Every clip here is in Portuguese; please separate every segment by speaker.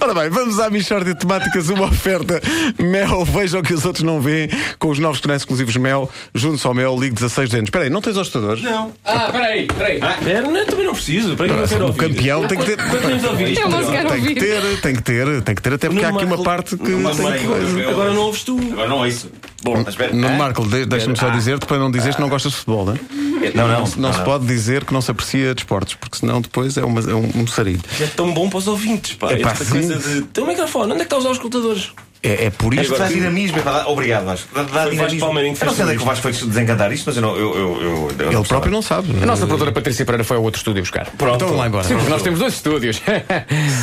Speaker 1: Ora bem, vamos à Michórdia de Temáticas, uma oferta Mel. Vejam que os outros não veem com os novos canais exclusivos Mel. Juntos ao Mel, ligue 16 dentes. Espera aí, não tens hostadores?
Speaker 2: Não.
Speaker 3: Ah, peraí, peraí.
Speaker 2: Ah, era, não, também não preciso. Para que eu quero
Speaker 1: O
Speaker 2: ouvir?
Speaker 1: campeão tem que ter.
Speaker 2: Quanto temos um de ouvir isto?
Speaker 4: Eu não quero
Speaker 1: Tem que
Speaker 4: ouvir.
Speaker 1: ter, tem que ter, tem que ter, até porque há aqui uma parte que.
Speaker 2: Nuno
Speaker 1: tem
Speaker 2: Marco,
Speaker 1: que-
Speaker 2: agora- Agora não ouves tu.
Speaker 5: Agora não é isso. Bom, mas espera.
Speaker 1: Nuno
Speaker 5: Hã?
Speaker 1: Marco, de- deixa-me só dizer-te para não dizeres que não gostas de futebol, não é?
Speaker 5: Não, não.
Speaker 1: Não se pode dizer que não se aprecia desportos, porque senão depois é, uma, é um, um sarilho.
Speaker 2: É tão bom para os ouvintes, pá.
Speaker 1: É pá,
Speaker 2: Esta
Speaker 1: sim.
Speaker 2: coisa de. Tem um microfone, onde é que estão os auscultadores?
Speaker 1: É, é por
Speaker 5: Isto
Speaker 1: isso
Speaker 5: dá
Speaker 1: que.
Speaker 5: dinamismo, é para dar- Obrigado, Vasco. Dá, dá
Speaker 2: Foi Vasco
Speaker 5: dinamismo.
Speaker 2: Palmeirinho que
Speaker 5: Eu não
Speaker 2: fez
Speaker 5: sei onde é que o
Speaker 2: tudo
Speaker 5: Vasco foi desencantar isto, mas eu não. Eu, eu, eu, eu não
Speaker 1: Ele
Speaker 5: gostava.
Speaker 1: próprio não sabe.
Speaker 3: A nossa produtora Patrícia Pereira foi ao outro estúdio buscar.
Speaker 1: Pronto, então vamos lá embora.
Speaker 3: Nós temos dois estúdios.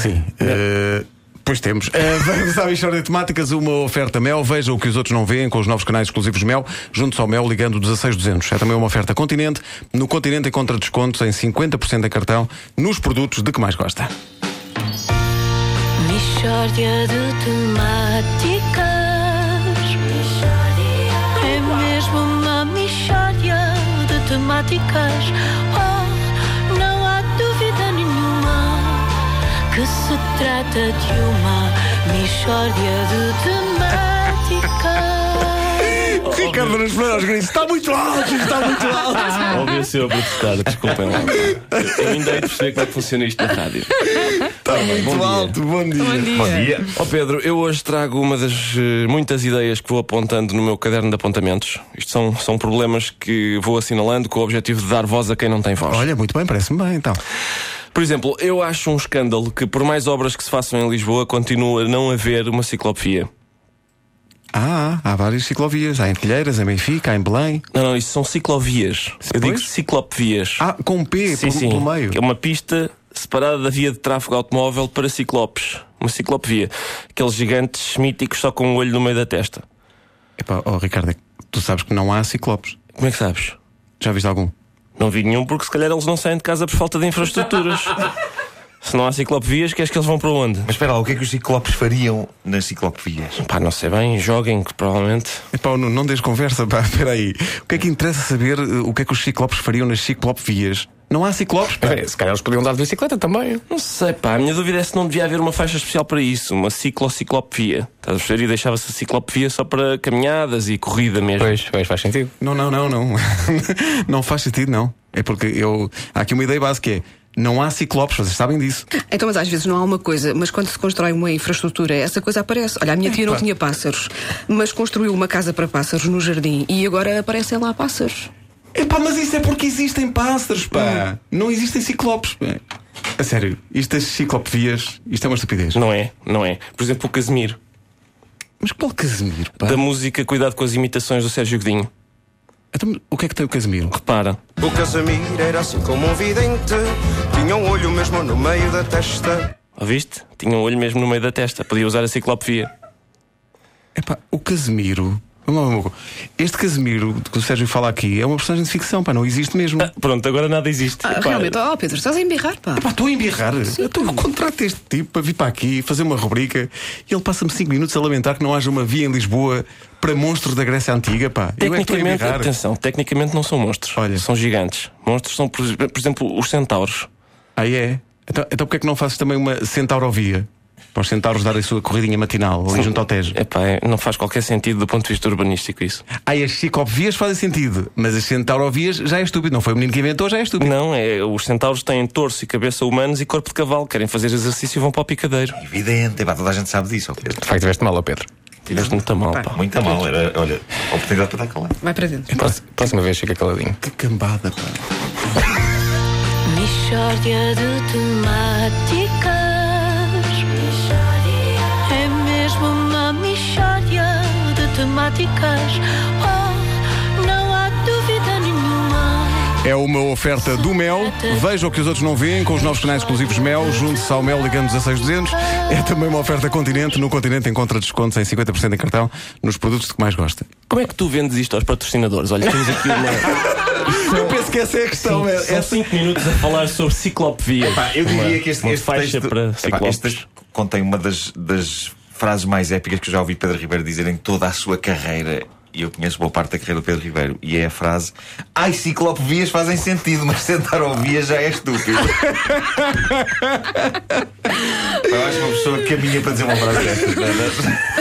Speaker 1: Sim. eh, pois temos. Eh, vamos à Michórdia de Temáticas, uma oferta Mel. Veja o que os outros não veem com os novos canais exclusivos Mel, juntos ao Mel, ligando 16200. É também uma oferta Continente. No Continente encontra descontos em 50% em cartão nos produtos de que mais gosta.
Speaker 6: Mishória de temáticas É mesmo uma mishória de temáticas Oh, não há dúvida nenhuma Que se trata de uma mishória de temáticas
Speaker 1: Ricardo Nunes Pereira aos gritos. Está muito alto, está muito alto.
Speaker 2: Óbvio se eu protestar, desculpem lá. Eu ainda hei de perceber como é que funciona isto na rádio.
Speaker 1: Está muito alto. Bom dia.
Speaker 4: Bom dia.
Speaker 5: Bom dia.
Speaker 2: Ó Pedro, eu hoje trago uma das eh, muitas ideias que vou apontando no meu caderno de apontamentos. Isto são, são problemas que vou assinalando com o objetivo de dar voz a quem não tem voz.
Speaker 1: Olha, muito bem, parece-me bem então.
Speaker 2: Por exemplo, eu acho um escândalo que, por mais obras que se façam em Lisboa, continua a não haver uma ciclopia.
Speaker 1: Ah, há várias ciclovias. Há em Telheiras, em Benfica, há em Belém.
Speaker 2: Não, não, isso são ciclovias. Eu digo
Speaker 1: Pois?
Speaker 2: ciclopias.
Speaker 1: Ah, com um P
Speaker 2: sim,
Speaker 1: pelo,
Speaker 2: sim.
Speaker 1: pelo meio.
Speaker 2: É uma pista separada da via de tráfego automóvel para ciclopes. Uma ciclopia. Aqueles gigantes míticos só com um olho no meio da testa.
Speaker 1: Epá, oh, Ricardo, é que tu sabes que não há ciclopes.
Speaker 2: Como é que sabes?
Speaker 1: Já viste algum?
Speaker 2: Não vi nenhum porque se calhar eles não saem de casa por falta de infraestruturas. se não há ciclopias, queres que eles vão para onde?
Speaker 5: Mas espera lá, o que é que os ciclopes fariam nas ciclopias?
Speaker 2: Pá, não sei bem, joguem que provavelmente.
Speaker 1: Epá, não, não des conversa, pá, peraí. O que é que interessa saber eh, o que é que os ciclopes fariam nas ciclopias? Não há ciclopes, pá.
Speaker 3: Se calhar eles podiam dar de bicicleta também.
Speaker 2: Não sei, pá, a minha dúvida é se não devia haver uma faixa especial para isso, uma ciclociclopia. Estás a perceber? E deixava-se a ciclopia só para caminhadas e corrida mesmo.
Speaker 3: Pois, pois, faz sentido.
Speaker 1: Não, não, não, não. não faz sentido, não. É porque eu. Há aqui uma ideia básica que é. Não há ciclopes, vocês sabem disso.
Speaker 4: Então, mas às vezes não há uma coisa, mas quando se constrói uma infraestrutura, essa coisa aparece. Olha, a minha tia não tinha pássaros, mas construiu uma casa para pássaros no jardim e agora aparecem lá pássaros.
Speaker 1: Epá, mas isso é porque existem pássaros, pá. Não existem ciclopes, pá. A sério, isto das ciclopias, isto é uma estupidez.
Speaker 2: Não é, não é. Por exemplo, o Casimiro,
Speaker 1: Mas qual Casimiro, pá?
Speaker 2: da música Cuidado com as Imitações do Sérgio Godinho.
Speaker 1: Então, o que é que tem o Casimiro?
Speaker 2: Repara,
Speaker 7: O Casimiro era assim como um vidente, tinha um olho mesmo no meio da testa.
Speaker 2: ouviste? Tinha um olho mesmo no meio da testa, podia usar a ciclopia.
Speaker 1: Epá, o Casemiro. Vamos lá, vamos lá. Este Casemiro de que o Sérgio fala aqui é uma personagem de ficção, pá, não existe mesmo.
Speaker 2: Ah, pronto, agora nada existe.
Speaker 4: Ah,
Speaker 2: Repara.
Speaker 4: realmente, oh Pedro, estás a embirrar, pá.
Speaker 1: Pá, estou a embirrar. Então eu contrato este tipo para vir para aqui fazer uma rubrica e ele passa-me 5 minutos a lamentar que não haja uma via em Lisboa para monstros da Grécia Antiga, pá. Eu é que estou a
Speaker 2: Tecnicamente,
Speaker 1: embirrar.
Speaker 2: atenção, tecnicamente não são monstros.
Speaker 1: Olha.
Speaker 2: São gigantes. Monstros são, por, por exemplo, os centauros.
Speaker 1: Ah, é? Então, então porquê é que não fazes também uma centaurovia? Para os centauros darem a sua corridinha matinal ali junto ao Tejo.
Speaker 2: Epá, é- não faz qualquer sentido do ponto de vista urbanístico isso.
Speaker 1: Ah, e as ciclovias fazem sentido, mas as centaurovias já é estúpido. Não foi o menino que inventou, já é estúpido.
Speaker 2: Não, é, os centauros têm torso e cabeça humanos e corpo de cavalo. Querem fazer exercício e vão para o picadeiro.
Speaker 5: Evidente, pá, toda a gente sabe disso. ó, Pedro.
Speaker 3: De facto, veste mal, ó Pedro.
Speaker 2: Tiveste muito mal, pá.
Speaker 5: Muito a mal, era, olha, a oportunidade para dar calado.
Speaker 4: Vai para dentro.
Speaker 3: Próxima, próxima vez fica caladinho.
Speaker 1: Que cambada, pá.
Speaker 6: Mishória de temáticas É mesmo uma mishória de temáticas Oh, não há dúvida nenhuma
Speaker 1: É uma oferta do Mel. Veja o que os outros não veem com os novos canais exclusivos Mel. Junte-se ao Mel, ligamos a 6200. É também uma oferta Continente. No Continente encontra descontos em 50% em cartão nos produtos de que mais gosta.
Speaker 2: Como é que tu vendes isto aos patrocinadores? Olha, temos aqui uma...
Speaker 1: Eu penso que essa é a questão. é-
Speaker 2: São 5 minutos a falar sobre ciclopia.
Speaker 5: Pá, eu diria que este,
Speaker 2: uma
Speaker 5: este
Speaker 2: faixa
Speaker 5: texto,
Speaker 2: para
Speaker 5: Epá,
Speaker 2: ciclopes.
Speaker 5: este texto contém uma das, das frases mais épicas que eu já ouvi Pedro Ribeiro dizer em toda a sua carreira. e eu conheço boa parte da carreira do Pedro Ribeiro, e é a frase: Ai, ciclopovias fazem sentido, mas sentar ao via já é estúpido. eu acho que uma pessoa caminha para dizer uma frase destas. não é?